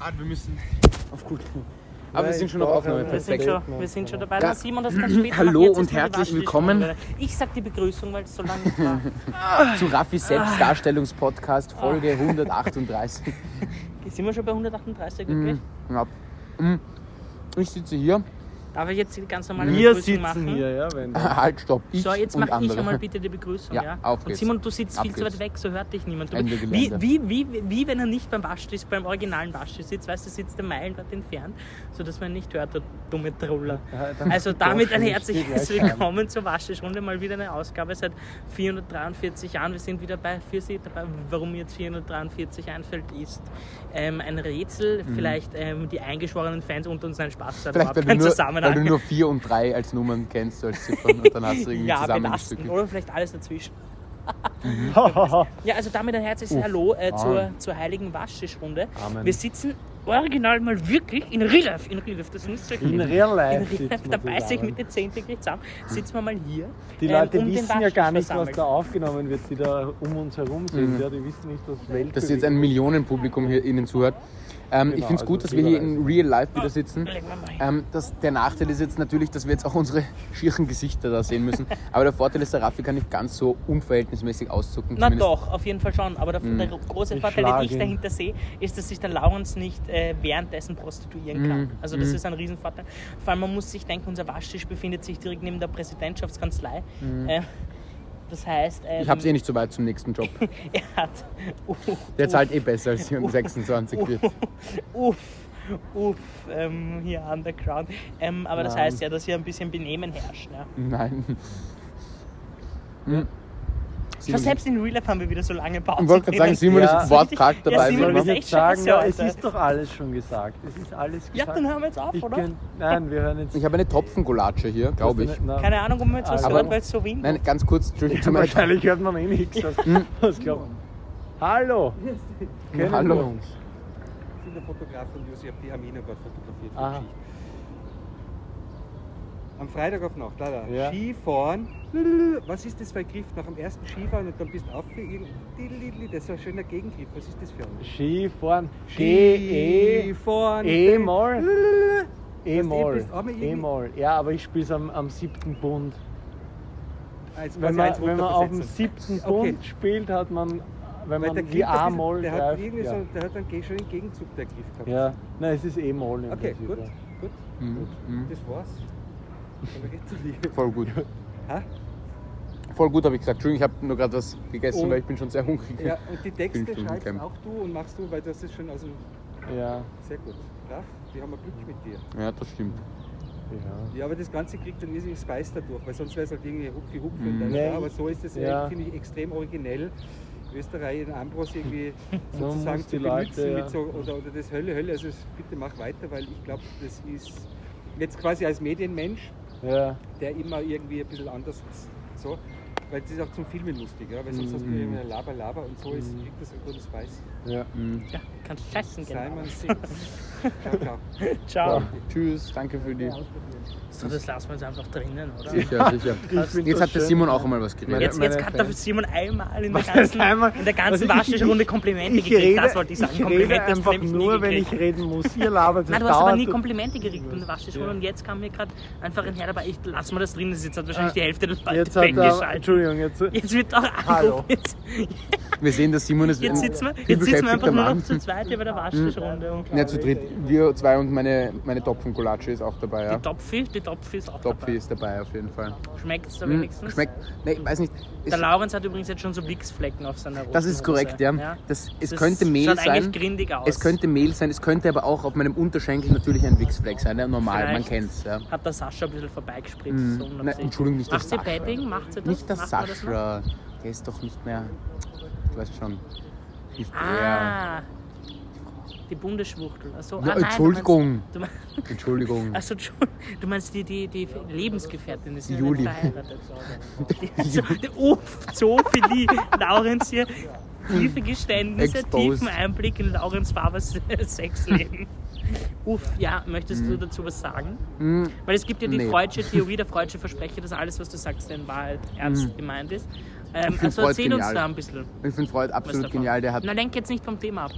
Art, Ah, wir müssen auf gut. Aber wir sind schon auf Aufnahme. Wir sind, Perfekt. schon, wir sind schon dabei. Ja. Mhm. Na, Simon, das kann später Hallo machen. Jetzt und ist mir die herzlich Waschmaschine willkommen. wieder. Ich sag die Begrüßung, weil es so lange nicht war. Zu Raffis Ah. Selbstdarstellungspodcast Folge 138. sind wir schon bei 138, okay? Mhm. Ja. Mhm. Ich sitze hier. Darf ich jetzt die ganz normale Wir Begrüßung sitzen machen? hier, ja, wenn. Halt, stopp. Ich So, jetzt und mach ich andere. einmal bitte die Begrüßung, Ja, ja? auf und geht's. Simon, du sitzt Ab viel zu geht's. weit weg, so hört dich niemand. Du Ende bist, wie, Gelände. wie, wie, wie, wie, wenn er nicht beim Waschtisch, beim originalen Waschtisch sitzt, weißt du, sitzt er meilenweit entfernt, sodass man ihn nicht hört, der dumme Troller. Also damit ein herzliches Willkommen zur Waschtischrunde. Mal wieder eine Ausgabe seit 443 Jahren. Wir sind wieder bei für Sie dabei. Warum mir jetzt 443 einfällt, ist ähm, ein Rätsel. Vielleicht ähm, die eingeschworenen Fans unter uns einen Spaß Mhm. haben, Vielleicht, überhaupt weil du, keinen nur, weil Zusammenhang. du nur 4 und 3 als Nummern kennst, so als Ziffern. Und dann hast du irgendwie ja, belastend. zusammengestückelt. Oder vielleicht alles dazwischen. Ja, also damit ein herzliches Hallo äh, zur, zur heiligen Waschtischrunde. Amen. Wir sitzen original mal wirklich in Real Life, in Real Life, das müsst ihr euch In geben. real in life Real Life, sitzt da man beiß ich mit zusammen. den Zehen wirklich zusammen, sitzen wir mal hier. Die ähm, Leute um den wissen ja gar nicht, was Waschtisch versammelt. da aufgenommen wird, die da um uns herum sind. Ja, die wissen nicht, was Welt Dass jetzt Mhm. ein Millionenpublikum hier Ihnen zuhört. Ähm, ich Genau, finde es gut, also dass wir hier real life. in Real Life Ah. wieder sitzen. Legen wir mal hin. Ähm, das, der Nachteil ist jetzt natürlich, dass wir jetzt auch unsere schieren Gesichter da sehen müssen. Aber der Vorteil ist, der Raffi kann nicht ganz so unverhältnismäßig auszucken. Na zumindest. Hm. doch, auf jeden Fall schon. Aber der, der große Ich Vorteil, den schlag ich ihn. dahinter sehe, ist, dass sich der Laurens nicht äh, währenddessen Hm. prostituieren kann. Also das ist ein Riesenvorteil. Vor allem, man muss sich denken, unser Waschtisch befindet sich direkt neben der Präsidentschaftskanzlei. Äh, das heißt, ähm, Hm. Ich hab's eh nicht so weit zum nächsten Job. er hat... Oh. Der zahlt eh besser als hier um 26 wird. uff, uff, ähm, hier underground. Ähm, aber das Nein. heißt ja, dass hier ein bisschen Benehmen herrscht. Ne? Nein. Hm. Schon selbst in Real Life haben wir wieder so lange Pause. Ich wollte gerade sagen, drinnen. Simon Ja. ist wortkarg Ja, dabei. Simon, wenn Soll ich ist man- echt jetzt sagen, scheiße, ja, es Alter. ist doch alles schon gesagt. Es ist alles Ja, gesagt. dann hören wir jetzt auf, ich oder? könnt- nein, wir hören jetzt. ich habe eine Topfengulatsche hier, glaube ich. Na, Keine Ahnung, ob man jetzt was Aber- hört, weil es so Wind Nein, ganz kurz Entschuldigung, zu meiner- Wahrscheinlich hört man eh nichts. Was, Hm? was glaubt man? Hallo! Kennen Hallo. wir uns? Ich bin der Fotograf von Jussi, ich habe die Hermine eh gerade fotografiert. für Aha. Geschichte. Am Freitag auf Nacht, da, da. Ja. Skifahren. Was ist das für ein Griff? Nach dem ersten Skifahren und dann bist du auf für irgendein. Das ist ein schöner Gegengriff. Was ist das für ein? Skifahren. G-E. Skifahren. E-Moll. Lulululu. E E E-Moll. bist einmal irgendwie- E-Moll. Ja, aber ich spiele es am, am siebten Bund. Jetzt muss Wenn ich man, eins wenn man auf dem runterversetzen. siebten Okay. Bund spielt, hat man, wenn Weil der man Griff, die das ist- A-Moll Der hat greift. irgendwie Ja. so, der hat einen ge- schönen Gegenzug, der Griff gehabt. ja, nein, es ist E-Moll. im Okay, Prinzip, gut, ja. Hm? gut. Mhm, mhm. Das war's. Aber jetzt zu dir. Voll gut. Hä? Voll gut, habe ich gesagt. Entschuldigung, ich habe nur gerade was gegessen, Und- weil ich bin schon sehr hungrig. Ja, und die Bin Texte schon schreibst gekämpft. auch du und machst du, weil das ist schon aus dem. Ja, Sehr gut. Raff, wir haben ein Glück mit dir. Ja, das stimmt. ja. Ja, aber das Ganze kriegt einen riesigen Spice dadurch, weil sonst wäre es halt irgendwie hupfi hupfi und dann, Nee. Aber so ist es, Ja. ja. finde ich, extrem originell. Österreich in Ambros irgendwie Man sozusagen muss zu die Leute, benutzen ja. mit so, oder, oder das Hölle, Hölle. Also es- bitte mach weiter, weil ich glaube, das ist jetzt quasi als Medienmensch, ja. der immer irgendwie ein bisschen anders ist, so. Weil das ist auch zum Filmen lustig, ja? weil sonst hast du Mhm. irgendwie Laber, Laber und so ist, Mhm. kriegt das einen guten Spice. ja. Mhm. Ja, kannst scheißen Simon gehen. Sings. ciao, ciao. Ciao. Tschüss, danke für die. So, das lassen wir uns einfach drinnen, oder? Sicher, sicher. find Jetzt das hat der schön. Simon auch einmal was geredet. Jetzt, Meine- jetzt hat der Simon einmal in der Was heißt ganzen, einmal? in der ganzen Also ich- Waschtischrunde ich- Komplimente Ich gekriegt. rede, Das wollte ich sagen. ich Komplimente rede hast du einfach nämlich nie nur, wenn ich gekriegt. reden muss. Ihr labert das Nein, du hast aber dauert- nie Komplimente gekriegt in der Waschtischrunde Ja. und jetzt kam mir gerade einfach ein Herr dabei, ich lass mal das drin, das ist jetzt hat Ah, wahrscheinlich die Hälfte der Leute Jetzt hat er, weggeschaltet. Entschuldigung, jetzt, Jetzt wird auch Hallo. angerufen. Jetzt, Wir sehen, dass Simon ist jetzt ein sitzen wir, jetzt sitzen wir vielbeschäftigter einfach nur Mann. Hm. noch zu zweit hier bei der Waschtischrunde. Und Ja, zu dritt. Wir zwei und meine, meine Topfengulatsche ist auch dabei. Ja. Die Topfi, die Topfi ist auch Topfi dabei. ist dabei auf jeden Fall. Schmeckt es da Mhm. wenigstens? Schmeckt. Ne, ich weiß nicht. Es, Der Laurenz hat übrigens jetzt schon so Blicksflecken auf seiner Roten das ist korrekt, Hose. ja. Das, es Das könnte Mehl schaut sein. eigentlich grindig aus. Es könnte Mehl sein, es könnte aber auch auf meinem Unterschenkel natürlich ein Wichsfleck sein. Ja, normal, man Vielleicht. kennt's. Ja. Hat der Sascha ein bisschen vorbeigespritzt. Mhm. So Nein, Entschuldigung, nicht der Macht sie Sascha. Pepping? Macht sie das? Nicht der Macht man das noch? Sascha. Der ist doch nicht mehr. Du weißt schon. Nicht er. Ah, die Bundesschwuchtel. Also, Ja, ah, nein, Entschuldigung. Du meinst, du meinst, Entschuldigung. also, Entschuldigung, du meinst die, die, die Lebensgefährtin, die sind ja Juli. nicht verheiratet. Die, also, die Uff, Zoophilie, Laurenz hier. Tiefe Geständnisse, Exposed. tiefen Einblick in Laurenz Fabers Sexleben. Uff, ja, möchtest du dazu was sagen? Hm, Weil es gibt ja die Mhm. Nee. Mhm. freudische Theorie, der freudische Versprecher, dass alles, was du sagst, in Wahrheit ernst gemeint ist. Ähm, find's also voll erzähl uns genial. da ein bisschen. Ich finde Freud absolut davon. genial. Der hat, Na, lenk jetzt nicht vom Thema ab.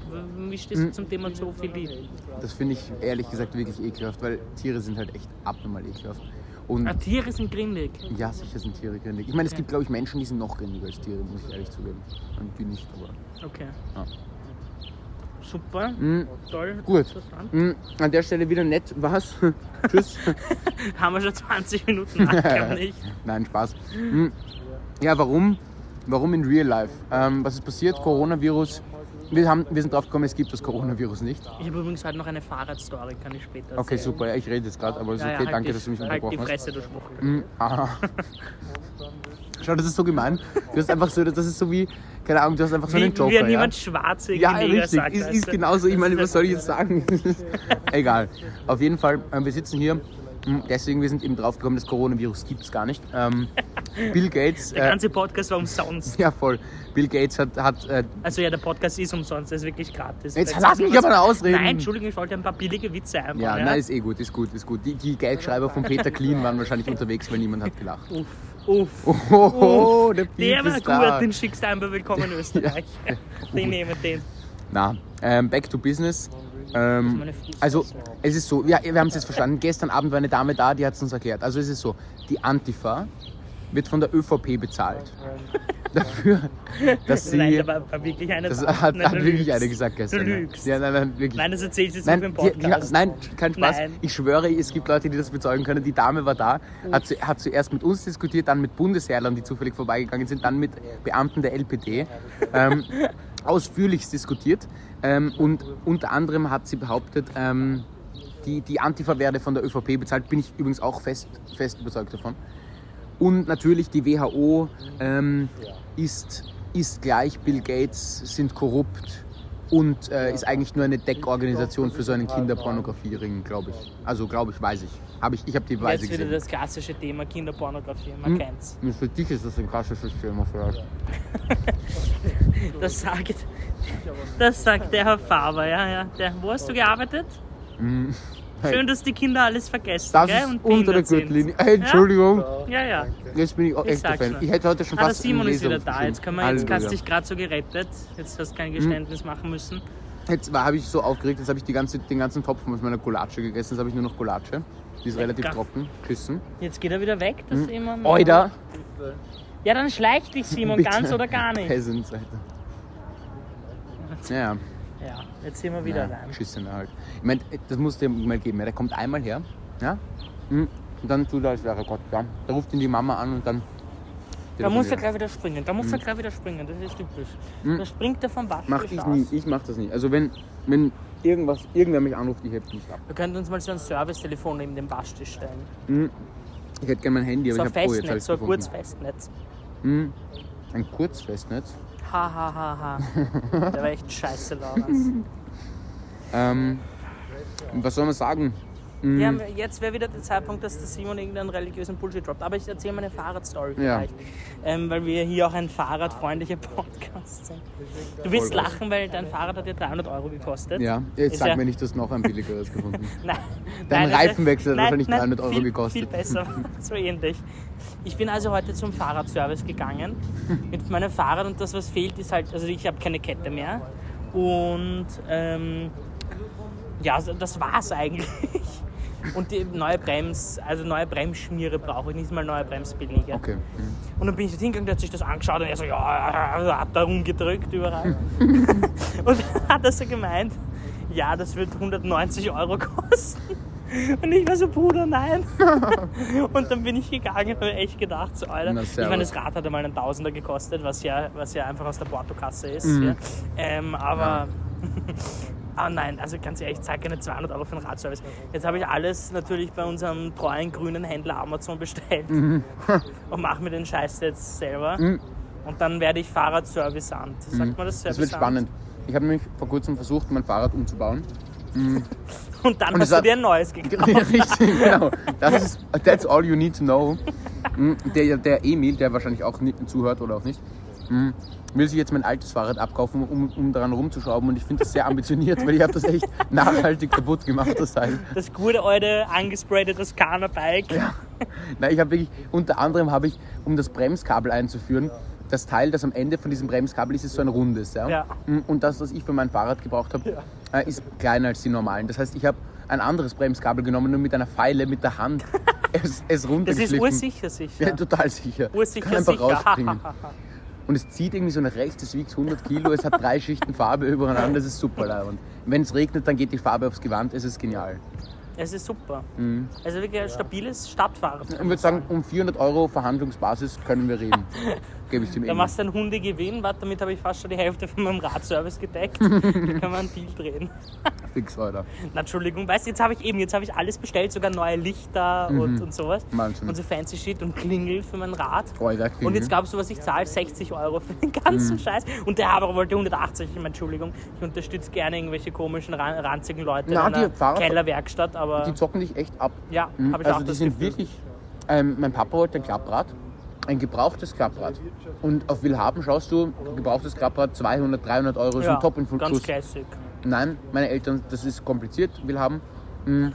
Wie stehst du Mhm. zum Thema Zoophilie? das finde ich ehrlich gesagt wirklich ekelhaft, weil Tiere sind halt echt abnormal ekelhaft. Und Ah, Tiere sind gründig. ja, sicher sind Tiere gründig. Ich meine, es gibt, glaube ich, Menschen, die sind noch gründiger als Tiere, muss ich ehrlich zugeben. Und die nicht, aber. Okay. Ja. Super, Mhm. toll. Gut. interessant. Mhm. An der Stelle wieder nett. Was? Tschüss. Haben wir schon 20 Minuten angekommen, nicht? Nein, Spaß. Hm. Ja, warum? Warum in real life? Ähm, was ist passiert? Coronavirus. Wir, haben, wir sind drauf gekommen, es gibt das Coronavirus nicht. Ich habe übrigens heute noch eine Fahrradstory, kann ich später erzählen. Okay, super. Ja, Ich rede jetzt gerade, aber ist Ja, okay. ja, halt Danke, die- dass du mich Halt die unterbrochen hast. Fresse, du Schwuchtel. Hm, aha. Schau, das ist so gemein. Du hast einfach so, das ist so wie, keine Ahnung, du hast einfach so einen Wie, wie Joker. hat Ja, jemand schwarze ja Neger richtig. sagt, Ist, weißt ist du? genauso. Ich Das meine, ist was soll ich jetzt sagen? Egal. Auf jeden Fall, ähm, wir sitzen hier. Hm, Deswegen, wir sind eben drauf gekommen, das Coronavirus gibt es gar nicht. Ähm, Bill Gates. äh, Der ganze Podcast war umsonst. Ja, voll. Bill Gates hat. hat äh, Also ja, der Podcast ist umsonst, der ist wirklich gratis. jetzt lass mich aber noch ausreden. Nein, Entschuldigung, ich wollte ein paar billige Witze einbauen. Ja, nein, ist eh gut, ist gut, ist gut. Die, die Geldschreiber von Peter Clean waren wahrscheinlich unterwegs, weil niemand hat gelacht. Uff, uff. Oh, der Piep Der war ist da. gut, den schickst du einmal willkommen in Österreich. den nehmen wir den. Na, ähm, back to business. Ähm, meine Füße. also, es ist so, ja, wir haben es jetzt verstanden. Gestern Abend war eine Dame da, die hat es uns erklärt. Also, es ist so, die Antifa wird von der ÖVP bezahlt. Dafür, dass sie. Nein, da war, war wirklich eine das da. hat, Nein, hat du wirklich lügst. eine gesagt gestern. Du ja. lügst. Ja, nein, nein, wirklich. Nein, das erzählst du jetzt Nein, nicht im die, die, Podcast. nein, kein Spaß. Nein. Ich schwöre, es gibt Leute, die das bezeugen können. Die Dame war da, hat, zu, hat zuerst mit uns diskutiert, dann mit Bundesherrlern, die zufällig vorbeigegangen sind, dann mit Beamten der LPD. Ähm, ausführlichst diskutiert. Ähm, und unter anderem hat sie behauptet, ähm, die, die Antifa werde von der ÖVP bezahlt. Bin ich übrigens auch fest, fest überzeugt davon. Und natürlich die WHO ähm, ist, ist gleich Bill Gates, sind korrupt und äh, ist eigentlich nur eine Deckorganisation für so einen Kinderpornografiering, glaube ich. Also glaube ich, weiß ich. Hab ich ich habe die Beweise Jetzt wieder gesehen. das klassische Thema Kinderpornografie, man Hm. kennt's. Und Für dich ist das ein krasses Thema vielleicht. Das sagt, das sagt der Herr Faber, ja, ja. Der, wo hast du gearbeitet? Mhm. Hey. Schön, dass die Kinder alles vergessen, Das gell? ist unter der behindert sind. Gürtellinie. Hey, Entschuldigung, Ja, ja. ja. jetzt bin ich auch Ich echt der sag's Fan. nur. Ich hätte heute schon Ah, der fast Simon einen ist wieder Leser da. Jetzt, können wir, geschrieben. jetzt kannst du Halleluja. dich gerade so gerettet. Jetzt hast du Hm? kein Geständnis machen müssen. Jetzt war- habe ich so aufgeregt, jetzt habe ich die ganze, den ganzen Topfen aus meiner Gulatsche gegessen. Jetzt habe ich nur noch Gulatsche. Die ist relativ Lecker. Oh, trocken. Küssen. Jetzt geht er wieder weg. Das Hm? ist immer Oida. Ja, dann schleich dich, Simon, Bitte. ganz oder gar nicht. Peasants, Alter. Naja, Ja, jetzt sind wir wieder ja, allein. Schüssener halt. Ich meine, das musst du ihm mal geben. ja. Der kommt einmal her, ja? Mhm. Und dann tut er, als wäre er Gott, ja? Da ruft ihn die Mama an und dann. Da muss er gleich wieder springen. Da muss er gleich wieder springen. Das ist typisch. Mhm. Da springt er vom Waschtisch Mach ich nie, ich mach das nie. Also, wenn, wenn irgendwas, irgendwer mich anruft, ich heb's nicht ab. Wir könnten uns mal so ein Servicetelefon neben den Waschtisch stellen. Ich hätte gerne mein Handy, aber so ein ich habe oh, jetzt hab Festnetz, ich's so ein gefunden. Kurzfestnetz. Mhm. Ein Kurzfestnetz. Ha, ha, ha, ha. Der war echt scheiße, Lorenz. Ähm, was soll man sagen? Mhm. Ja, jetzt wäre wieder der Zeitpunkt, dass der Simon irgendeinen religiösen Bullshit droppt. Aber ich erzähle meine Fahrradstory Ja. vielleicht. Ähm, weil wir hier auch ein fahrradfreundlicher Podcast sind. Du wirst Voll raus. lachen, weil dein Fahrrad hat ja 300 Euro gekostet. Ja, jetzt Ist sag ja- mir nicht, dass noch ein billigeres gefunden. Nein, Dein nein, das- Reifenwechsel hat nein, wahrscheinlich nein, 300 Euro viel, gekostet. Viel besser, so ähnlich. Ich bin also heute zum Fahrradservice gegangen mit meinem Fahrrad und das, was fehlt, ist halt, also ich habe keine Kette mehr und ähm, ja, so- das war's eigentlich. Und die neue Brems, also neue Bremsschmiere brauche ich, nicht mal neue Bremsbeläge. Okay. Mhm. Und dann bin ich dort hingegangen, der hat sich das angeschaut und er so, ja, ja, ja, hat da rumgedrückt überall. und dann hat er so gemeint, ja, das wird 190 Euro kosten. Und ich war so, Bruder, nein. und dann bin ich gegangen und habe echt gedacht, so, Alter. Na, Ich servus. meine, das Rad hat einmal einen Tausender gekostet, was ja, was ja einfach aus der Portokasse ist. Ja. Ähm, aber. Ah nein, also ganz ehrlich, ich zahle keine 200 Euro für einen Radservice. Jetzt habe ich alles natürlich bei unserem treuen grünen Händler Amazon bestellt und mache mir den Scheiß jetzt selber. Und dann werde ich Fahrradserviceamt. Sagt man das Mhm. Das wird Serviceamt? spannend. Ich habe nämlich vor kurzem versucht, mein Fahrrad umzubauen. Und dann Und es hast du hat- dir ein neues gekauft. Richtig, genau. Das ist, that's all you need to know. Mhm. Der, der Emil, der wahrscheinlich auch nicht zuhört oder auch nicht, mhm, will sich jetzt mein altes Fahrrad abkaufen, um, um daran rumzuschrauben. Und ich finde das sehr ambitioniert, weil ich habe das echt nachhaltig kaputt gemacht, das Teil. Das gute alte angesprayte Toskana-Bike. Nein, ich habe wirklich, unter anderem habe ich, um das Bremskabel einzuführen, das Teil, das am Ende von diesem Bremskabel ist, ist so ein rundes. Ja? Ja. Mm, Und das, was ich für mein Fahrrad gebraucht habe, äh, ist kleiner als die normalen. Das heißt, ich habe ein anderes Bremskabel genommen und mit einer Pfeile mit der Hand es, es Das ist runtergeschliffen. ursicher sicher. Ja, total sicher. Ursicher Kann einfach sicher. rausspringen. Und es zieht irgendwie so nach rechts, es wiegt 100 Kilo, es hat drei Schichten Farbe übereinander, es ist super leibend. Wenn es regnet, dann geht die Farbe aufs Gewand, es ist genial. Es ist super. Mhm. Also wirklich ein stabiles Stadtfahrrad. Ich würde sagen, um 400 Euro Verhandlungsbasis können wir reden. Gebe ich dem Da eben. machst du einen Hundegewinn, warte, damit habe ich fast schon die Hälfte von meinem Radservice gedeckt. da kann man einen Deal drehen. Fix, Alter. Na, Entschuldigung, weißt du, jetzt habe ich eben, jetzt habe ich alles bestellt, sogar neue Lichter und, und sowas. Mhm. Wahnsinn. Und so fancy shit und Klingel für mein Rad. Oh, ich sag dir, Und jetzt ne? gab es sowas, ich zahle 60 Euro für den ganzen Mhm. Scheiß. Und der Haber wollte 180. Ich meine, Entschuldigung, ich unterstütze gerne irgendwelche komischen, ran- ranzigen Leute Na, in die einer Fahrer- Kellerwerkstatt, aber Die zocken dich echt ab. ja, Mhm. habe ich also auch die das sind Gefühl. wirklich. Ähm, mein Papa wollte ein Klapprad, ein gebrauchtes Klapprad. Und auf Willhaben schaust du, gebrauchtes Klapprad 200, 300 Euro ist ja, ein top in ganz Fulkus. classic. Nein, meine Eltern, das ist kompliziert, Willhaben. Mhm.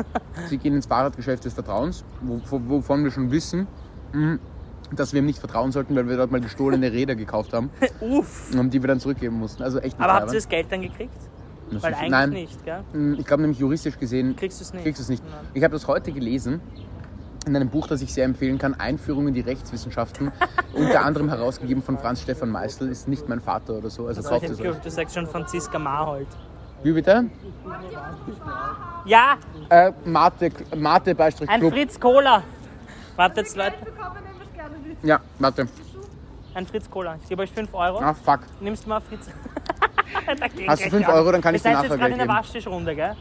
Sie gehen ins Fahrradgeschäft des Vertrauens, wo, wo- wovon wir schon wissen, mhm, dass wir ihm nicht vertrauen sollten, weil wir dort mal gestohlene Räder gekauft haben, Uff. ähm, die wir dann zurückgeben mussten. Also echt nicht Aber habt ihr leibend. das Geld dann gekriegt? Das Weil ist- eigentlich Nein, nicht, gell? Mm, Ich glaube nämlich juristisch gesehen Kriegst du es nicht? kriegst du es nicht. Nein. Ich habe das heute gelesen in einem Buch, das ich sehr empfehlen kann, Einführung in die Rechtswissenschaften, unter anderem herausgegeben von Franz Stefan Meißel, ist nicht mein Vater oder so, also Also ich kauft hätte es euch. gehofft, du sagst schon Franziska Marhold. Wie bitte? Ja, Äh, Mate, Mate Beistrich ein Club. Fritz Cola. Wartet, jetzt, Leute. bekommen, nehmen wir es gerne mit. Ja, warte. Ein Fritz Cola. Ich gebe euch 5 Euro. Ah, fuck. Nimmst du mal Fritz. Hast du fünf Euro, dann kann ich dir Das heißt jetzt nachher gerade in der geben. Waschtischrunde, gell?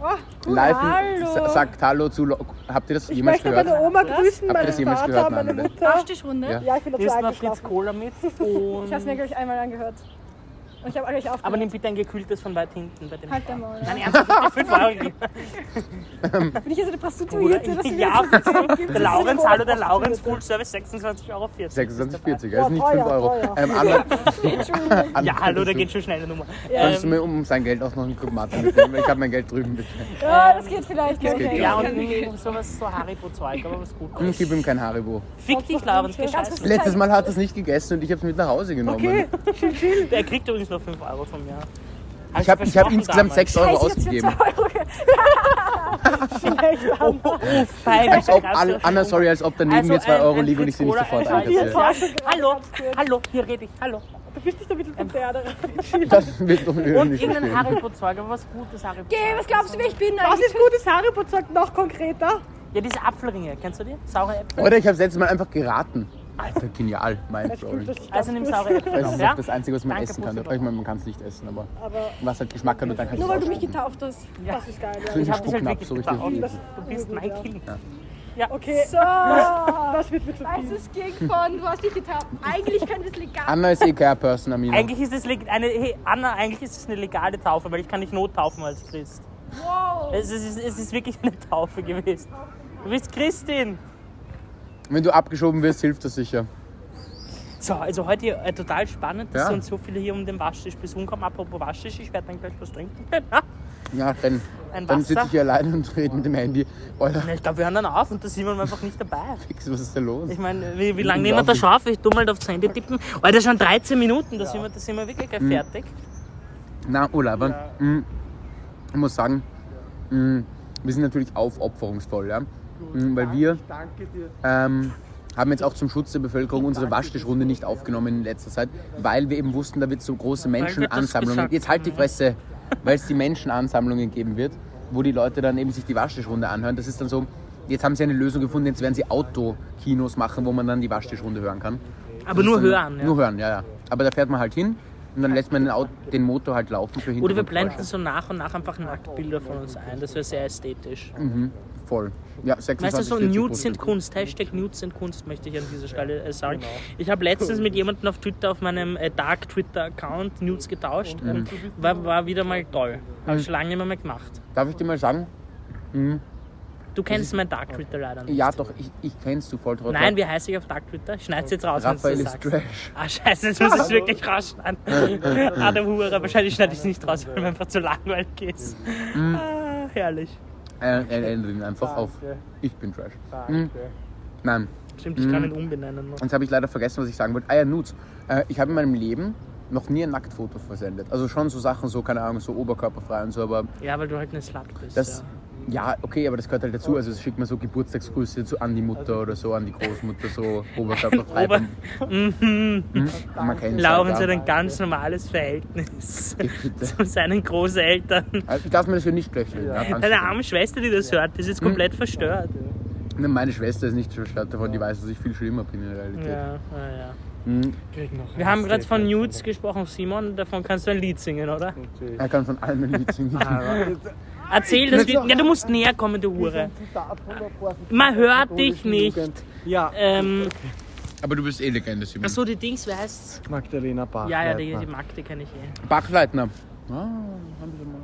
Oh, cool. Live Hallo. sa- sagt Hallo zu. Lo Habt ihr das ich jemals möchte gehört? meine Oma grüßen, Habt ihr meinen das jemals Vater, gehört? meine Nein, oder? Mutter. Waschtischrunde? Ja. Ja, ich bin dazu Nimmst du mal Fritz eingeschlafen. Cola mit und... Ich hab's mir, glaube ich, einmal angehört. Und ich habe eigentlich aufgehört. aber nimm bitte ein gekühltes von weit hinten bei dem. Halt der Maul. Nein, ernsthaft, ich hab dir fünf Euro gegeben. Bin ich hier so eine Prostituierte, dass du mir Ja, jetzt so viel gibst? der Laurenz, hallo, der Laurenz, Full Service, 26,40 Euro. 26,40, also Oh, nicht 5 teuer, Euro. teuer. Ähm, Anna, Entschuldigung. Anna, Ja, hallo, da könntest du- geht schon schnell eine Nummer. Ähm, Kannst ähm, du mir um sein Geld auch noch einen Club Mate mitnehmen? Ich habe mein Geld drüben, bitte. Ja, Ah, das geht vielleicht. geht, okay. Ja, und sowas so Haribo-Zeug, aber was gut. Und gib ihm kein Haribo. Fick dich, Laurenz, geh scheiße. Letztes Mal hat er es nicht gegessen und ich habe es mit nach Hause genommen. Okay. Der kriegt übrigens noch 5 Euro von mir. Hab Ich habe ich hab versprochen insgesamt damals. 6 Euro Scheiße, ich ausgegeben. hab's jetzt 2 Euro. Oh, Schlecht an. Fein, Als ob, krass, all, Anna, sorry, als ob daneben Also mir 2 ein- Euro ein liegen und ich sie nicht Fritz sofort Cola, ein einkassiere. Hallo, hallo, hallo, hier rede ich, hallo. Du bist nicht damit mit der andere. Das wird doch Und nicht irgendein verstehen. Haribo-Zeug, aber was Gutes Haribo. Geh, was glaubst du, wer ich bin Was eigentlich? ist gutes Haribo-Zeug noch konkreter? Ja, diese Apfelringe, kennst du die? Saure Äpfel. Oder ich habe letztes Mal einfach geraten. Alter, genial. Mindblowing. Das ist Also nimm saure Äpfel. Das ist ja? auch das Einzige, was man Danke, essen kann. Pussy Ich meine, man kann es nicht essen, aber aber was halt Geschmack hat und dann kannst Nur du weil es du mich ausspucken. getauft hast. das ist geil. Ja. So Ich hab dich gespuckt halt wirklich so richtig. getauft. fies. Du bist mein Kind. Okay, So, als das wird mir zu viel. es ging von, du hast dich getauft. Eigentlich könnte es legal Anna ist eh care person, Amina. Eigentlich ist es leg- eine, hey, Anna, eigentlich ist es eine legale Taufe, weil ich kann nicht nottaufen als Christ. Wow. Es ist, es ist- es ist wirklich eine Taufe gewesen. Du bist Christin. Wenn du abgeschoben wirst, hilft das sicher. So, also heute äh, total spannend, dass Ja. uns so viele hier um den Waschtisch besuchen kommen. Apropos Waschtisch, ich werde dann gleich was trinken. Ja, dann, Ein dann Wasser. sitze ich hier allein und rede mit dem Handy. Alter, Na, Ich glaube, wir hören dann auf und da sind wir einfach nicht dabei. was ist da los? Ich meine, wie, wie lange nehmen wir das auf? Ich tu mal aufs Handy tippen. Alter, schon 13 Minuten, da sind wir, da sind wir wirklich gleich Hm. fertig. Na, Urlaub. mm, Ich muss sagen, mm, wir sind natürlich aufopferungsvoll, ja? Mm, weil wir ähm, haben jetzt auch zum Schutz der Bevölkerung unsere Waschtischrunde nicht aufgenommen in letzter Zeit, weil wir eben wussten, da wird so große Menschenansammlungen. gesagt Jetzt halt die Fresse, weil es die Menschenansammlungen geben wird, wo die Leute dann eben sich die Waschtischrunde anhören. Das ist dann so. Jetzt haben sie eine Lösung gefunden, jetzt werden sie Autokinos machen, wo man dann die Waschtischrunde hören kann. Aber nur Das ist dann- hören. Ja. Nur hören, ja, ja. Aber da fährt man halt hin und dann lässt man den, Au- den Motor halt laufen für Oder wir Hintergrundgeräusche. blenden so nach und nach einfach Nacktbilder von uns ein. Das wäre sehr ästhetisch. Mhm. Voll. Ja, 26, Weißt du, so 40 Nudes sind Prozent. Kunst. Hashtag Nudes sind Kunst möchte ich an dieser Stelle äh, sagen. Genau. Ich habe letztens mit jemandem auf Twitter, auf meinem äh, Dark Twitter-Account Nudes getauscht. Mhm. Ähm, war, war wieder mal toll. Also Habe ich schon lange nicht mehr, mehr gemacht. Darf ich dir mal sagen? Du kennst mein Dark Twitter leider nicht. Ja, doch, ich, ich kenn's du voll trotzdem. Nein, wie heiße ich auf Dark Twitter? Ich schneide es jetzt raus, wenn Raphael du ist sagst. Trash. Ah, scheiße, jetzt muss ich es wirklich rausschneiden. Adam Hurer, wahrscheinlich schneide ich es nicht raus, weil mir einfach zu langweilig ist. Mhm. Ah, herrlich. Äh, er ändert ihn einfach auf. Ich bin Trash. Hm. Nein, Stimmt, ich kann ihn umbenennen. noch. Jetzt habe ich leider vergessen, was ich sagen wollte. Ah ja, Nudes. Äh, ich habe in meinem Leben noch nie ein Nacktfoto versendet. Also schon so Sachen, so, keine Ahnung, so oberkörperfrei und so, aber Ja, weil du halt eine Slut bist. das. ja. Ja, okay, aber das gehört halt dazu. Also es schickt man so Geburtstagsgrüße zu, an die Mutter oder so, an die Großmutter, so oberkörperfrei. Ober- Mhm. Hm, Man kennt's Laurens hat halt, ein ganz normales Verhältnis ja. Bitte. zu seinen Großeltern. Also, Ich darf mir das hier nicht lächeln. Ja. ganz Deine schön. arme Schwester, die das hört, ist jetzt komplett verstört. Nein, meine Schwester ist nicht verstört davon, die weiß, dass ich viel schlimmer bin in der Realität. Ja, ja, ja. Hm. Krieg noch Wir haben gerade von Nudes gesprochen, Simon. Davon kannst du ein Lied singen, oder? Er kann von allem ein Lied singen. Ah, Erzähl das Lied. Ja, du musst näher kommen, du Hure. Man hört dich nicht. Ja, Ähm, Aber du bist eh Legende, Simon. achso, die Dings, wer heißt's? Magdalena Bach. Ja, ja, die, die Magde kenne ich eh. Bachleitner. Ah, haben Sie mal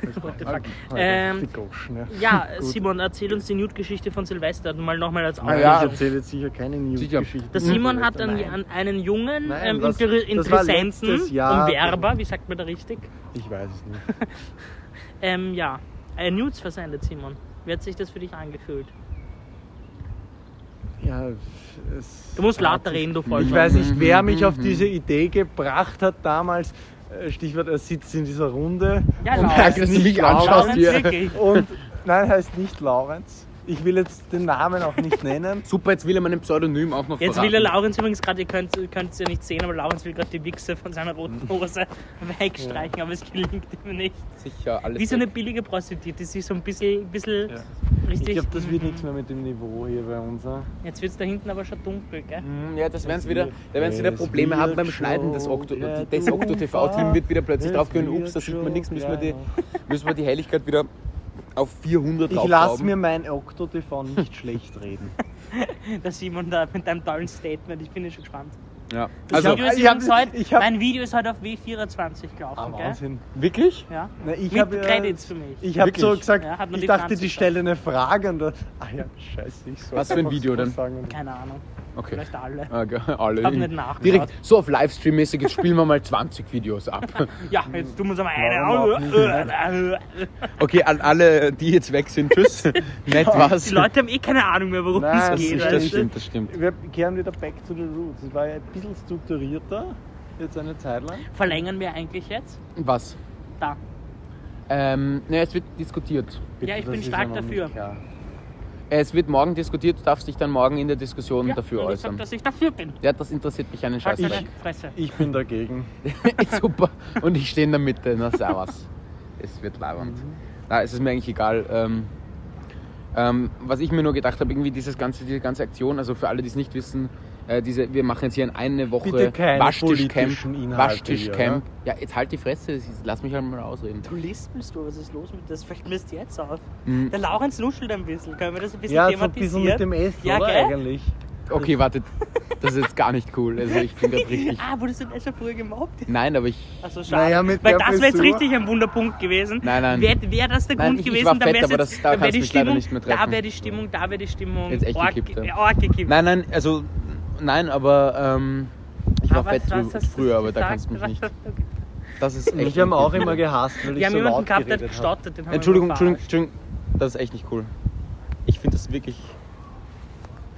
was What the fuck. Ähm, Goschen, ja, Simon, erzähl uns die Nude-Geschichte von Silvester. Mal nochmal als ja. ja. Ah, ja. Auflösung. Ich erzähle jetzt sicher keine News-Geschichte. Der Simon hat einen, Nein. an einen jungen Hm. Nein, ähm, das- Inter das war Interessenten, letztes Jahr. Umwerber, wie sagt man da richtig? Ich weiß es nicht. Ähm, ja, äh, Nudes versendet, Simon. Wie hat sich das für dich angefühlt? Ja, es Du musst hat lauter sich- reden, du Ich Vollmann. weiß nicht, wer mich Mhm. auf diese Idee gebracht hat damals. Äh, Stichwort, er sitzt in dieser Runde. Ja, Und Laura. heißt Also, Dass du nicht mich Laura. anschaust hier. Wirklich. Und nein, heißt nicht Laurenz. Ich will jetzt den Namen auch nicht nennen. Super, jetzt will er meinen Pseudonym auch noch Jetzt verraten. will er Laurens übrigens gerade, ihr könnt es ja nicht sehen, aber Laurens will gerade die Wichse von seiner Hm. roten Hose wegstreichen, aber es gelingt ihm nicht. Sicher, alles Wie so eine weg. billige Prostituierte, sie ist so ein bisschen, bisschen Ja. Ich richtig. glaube, das wird nichts mehr mit dem Niveau hier bei uns. ne? Jetzt wird es da hinten aber schon dunkel, gell? Hm. Mhm, Ja, das werden sie wieder, da werden sie wieder Es Probleme wird haben beim Schneiden. Das Okto, schon wieder das Okto TV-Team wird wieder plötzlich Es drauf gehen. wird Ups, da sieht schon man nichts. Müssen wir die, kleiner. müssen wir die Helligkeit wieder auf 400 Ich lasse raufschrauben. mir mein Okto-TV nicht schlecht reden. Der Simon da mit deinem tollen Statement, ich bin ja schon gespannt. Ja. Das Also, Video ist ich hab- übrigens heute, ich hab- mein Video ist heute auf W24 gelaufen, gell? Wahnsinn. wirklich? Ja. Na, ich Mit hab ja- Credits für mich. Ich habe Wirklich? so gesagt, Ja, hat man ich die dachte, 20 die da. stellen eine Frage und dann, ah ja, scheiße, ich soll Was für ein einfach Video sowas denn? sagen und- Keine Ahnung, Okay. vielleicht alle. okay. Ah, Alle. Hab nicht nachgeschaut. Direkt so auf Livestream-mäßig, jetzt spielen wir mal 20 Videos ab. Ja, jetzt tun wir uns aber Äh, Warum eine. Okay, an alle, die jetzt weg sind, tschüss. Nett was. Die Leute haben eh keine Ahnung mehr, worum Nein, es das geht. ist- Also, weißt Das du? stimmt, das stimmt. Wir kehren wieder back to the roots. Es war ja ein bisschen strukturierter, jetzt eine Zeit lang. Verlängern wir eigentlich jetzt? Was? Da. Ähm, naja, es wird diskutiert. ich das bin ist stark noch nicht dafür. klar. Es wird morgen diskutiert, du darfst dich dann morgen in der Um Diskussion dafür und ich sag, äußern. dass ich dafür bin. ja, das interessiert mich einen Scheiß Scheiß. ich. Fresse. Ich bin dagegen. Super. Und ich stehe in der Mitte. Na, servus. es wird labernd. Mhm. Na, es ist mir eigentlich egal. Ähm, ähm, was ich mir nur gedacht habe, irgendwie dieses ganze, diese ganze Aktion, also für alle, die es nicht wissen, äh, diese, wir machen jetzt hier in eine Woche Bitte keine politischen Waschtischcamp. Inhalte Waschtischcamp. Ja, jetzt halt die Fresse, das ist- lass mich halt mal ausreden. Du lispelst du, was ist los mit das? Fällt mir das jetzt auf. Mhm. Der Laurenz nuschelt ein bisschen. Können wir das ein bisschen Ja, so ein bisschen thematisieren? mit dem S, Ja, oder gell? eigentlich? Okay, wartet. Das ist jetzt gar nicht cool. Also ich bin gerade richtig. Ah, wurdest du denn schon früher gemobbt? Nein, aber ich. Also schade. Naja, mit Weil der das wäre jetzt Frisur. richtig ein Wunderpunkt gewesen. Nein, nein. Wäre wär das der Nein, Grund ich- ich gewesen, war dann fett, wär's aber jetzt, das- da dann wär kannst die mich leider Stimmung, nicht mehr da treffen. wäre die Stimmung, da wäre die Stimmung Jetzt echt arg, äh, gekippt, ja. arg gekippt. Nein, nein, also. Nein, aber ähm, ich war Aber fett was frü- hast du früher, aber da gesagt? kannst du mich nicht. Das ist echt. Mich haben nicht auch cool. immer gehasst, weil Wir ich haben so jemanden laut gehabt, der hat geredet habe. gestottet. Den haben wir Entschuldigung, Entschuldigung, verarschen. Entschuldigung. Das ist echt nicht cool. Ich finde das wirklich.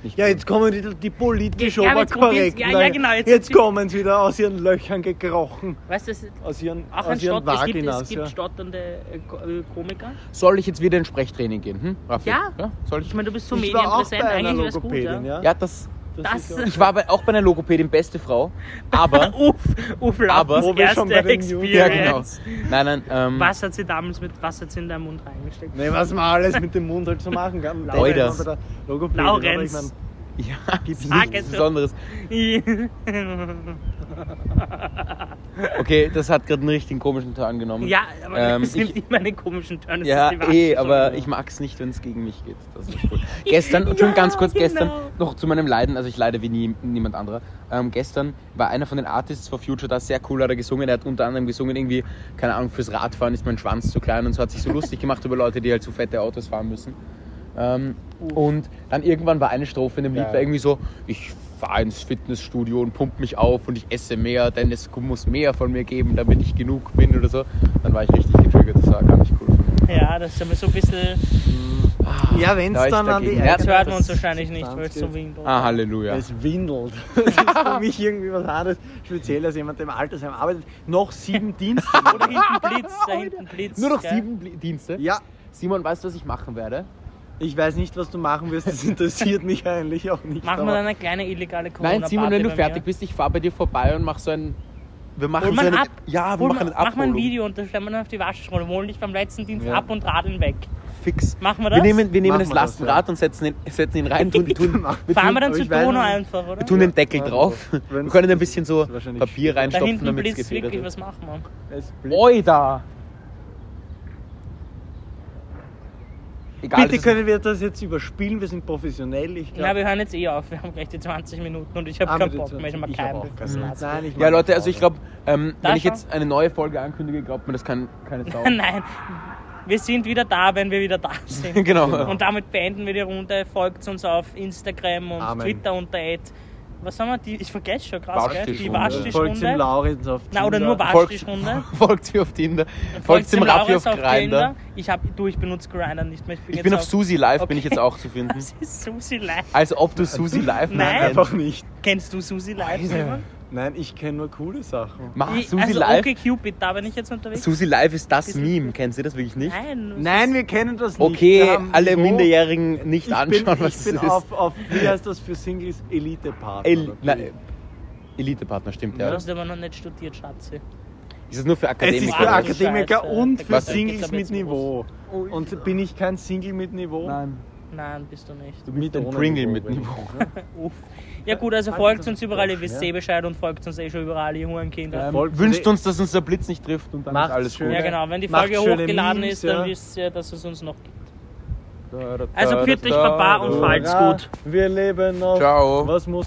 Nicht Ja, cool. jetzt kommen die, die politisch Ja, aber jetzt oberkorrekten. probieren's- ja, ja, genau, jetzt- Jetzt, jetzt kommen sie wieder aus ihren Löchern gekrochen. Weißt du, es ist Aus ihren, auch ein aus ihren Stott, es gibt, es Vaginas. gibt ja. stotternde äh, Ko- äh, Komiker. Soll ich jetzt wieder ins Sprechtraining gehen? Hm, Raffi? Ja. Soll Ich ich? meine, du bist so Ich war auch bei medienpräsent, einer eigentlich wäre es gut, Logopädin, ja. ja. Ja, das. Das, ist ja- Ich war bei, auch bei einer Logopädin, beste Frau. Aber. uff, uff, Aber- Laufens Wo wir schon erste bei den News- ja, genau. Experience. Nein, nein. Ähm, Was hat sie damals mit, was hat sie in deinen Mund reingesteckt? Nee, was man alles mit dem Mund halt so machen kann. Leute. Laurenz. bei der Logopädin, aber Laurenz. Ich mein, Ja, gibt's Sag nichts es doch. Besonderes. Okay, das hat gerade einen richtigen komischen Turn angenommen. ja, aber Ähm, es nimmt ich- immer einen komischen Turn. es Ja, ist die Wahrheit. eh, aber ich mag es nicht, wenn es gegen mich geht. Das ist cool. gestern, schon ganz kurz, genau. gestern, noch zu meinem Leiden, also ich leide wie nie, niemand anderer. Ähm, gestern war einer von den Artists for Future da, sehr cool, hat er gesungen. Er hat unter anderem gesungen, irgendwie, keine Ahnung, fürs Radfahren ist mein Schwanz zu klein und so hat sich so lustig gemacht über Leute, die halt so fette Autos fahren müssen. Ähm, und dann irgendwann war eine Strophe in dem Lied, Geil. war irgendwie so, ich fahre ins Fitnessstudio und pump mich auf und ich esse mehr, denn es muss mehr von mir geben, damit ich genug bin oder so. Dann war ich richtig getriggert, das war gar nicht cool von mir. Ja, Ja, das ist aber so ein bisschen. Ja, wenn Da es ist dann an die dagegen. Genau, Das Das hört man uns wahrscheinlich nicht, weil es so windet. windet. Ah, Halleluja. Es windelt. Das ist für mich irgendwie was anderes, speziell als jemand, der im Altersheim arbeitet. Noch sieben Dienste. Ah. Oder hinten Blitz, da hinten Blitz. Nur noch gell? sieben Bli- Dienste. Ja, Simon, weißt du, was ich machen werde? ich weiß nicht, was du machen wirst. Das interessiert mich eigentlich auch nicht. Machen wir aber- dann eine kleine illegale corona Nein, Simon, wenn du fertig bist, ich fahre bei dir vorbei und mach so ein. Wir machen Hol so mal eine, ab. Ja, Ah, wir Hol, machen mal- ein mach mal ein Video und das stellen wir dann auf die Waschschule. Holen dich beim letzten Dienst Ja. ab und radeln weg. Fix. Machen wir das? Wir nehmen, wir nehmen Machen das wir das, Lastenrad und setzen ihn, setzen ihn rein, tun, tun, wir Fahren tun, wir dann aber zur ich weiß Donau nicht. einfach, oder? wir tun den Deckel also, Ja, drauf. wenn's- Wir können ein bisschen so ist wahrscheinlich Papier schwierig. Da reinstopfen, hinten damit es blitzt gefedert wirklich, wird. was machen wir? Es blitzt. Oi da! Egal, Bitte das ist- können wir das jetzt überspielen, wir sind professionell. Ich Ah, Ja. glaube, wir hören jetzt eh auf. Wir haben gleich die 20 Minuten und ich habe Ah, keinen Bock mehr. Ich habe keinen Bock. Nein, ich Ja, Leute, also ich glaube, ähm, Da wenn ich schau. jetzt eine neue Folge ankündige, glaubt mir, das kann keine Sau. Nein, wir sind wieder da, wenn wir wieder da sind. genau. Und damit beenden wir die Runde. Folgt uns auf Instagram und Amen. Twitter unter Ad. Was haben wir? Die, ich vergesse schon krass, gell? Die Waschtischrunde. Folgt dem Waschtischrunde. Lauritz auf Na, oder nur Tinder. Folgt, Waschtischrunde. folgt mir auf Tinder. Folgt dem dem Raffi auf Lauritz Grindr. Tinder. Ich, hab, du, ich benutze Grinder nicht mehr. Ich bin auf Susi Live, bin ich Okay. jetzt auch zu finden. Das ist Susi Live. Als ob du Susi Live Nein. nein. Einfach nicht. Kennst du Susi Live? Weiß Simon? Nein, ich kenne nur coole Sachen. Mach Ich- Ah, Susi also Live. okay, Cupid, da bin ich jetzt unterwegs. Susi Live ist das Ist- Meme. Kennen Sie das wirklich nicht? Nein. was Nein, ist- wir kennen das nicht. Wir Okay, haben alle Niveau. Minderjährigen nicht Ich anschauen, bin, was ich bin das ist. auf, auf, wie heißt das für Singles? Elite-Partner. El oder wie? nein, Elite-Partner, stimmt Du ja. hast aber noch nicht studiert, Schatzi. Ist das nur für es Akademiker? ist für Ach, Akademiker Scheiße. und für Was? Singles mit Jetzt Niveau. Und bin ich kein Single mit Niveau? Oh, Nein, Nein, bist du nicht. du bist Mit ein ohne Pringle Niveau, mit wenn ich- Niveau. Uff. Ja gut, also folgt uns überall, ihr wisst eh Bescheid und folgt uns eh schon überall, ihr Hurenkinder. Ähm, Folgt- wünscht uns, dass uns der Blitz nicht trifft und dann Macht's ist alles schön. schön. Ja genau, wenn die Macht Folge schöne hochgeladen Memes, ist, dann ja. wisst ihr, dass es uns noch gibt. gut. Also pfiat euch, Baba, und falls- Macht's Hurra, gut. Wir leben noch. Ciao. Was muss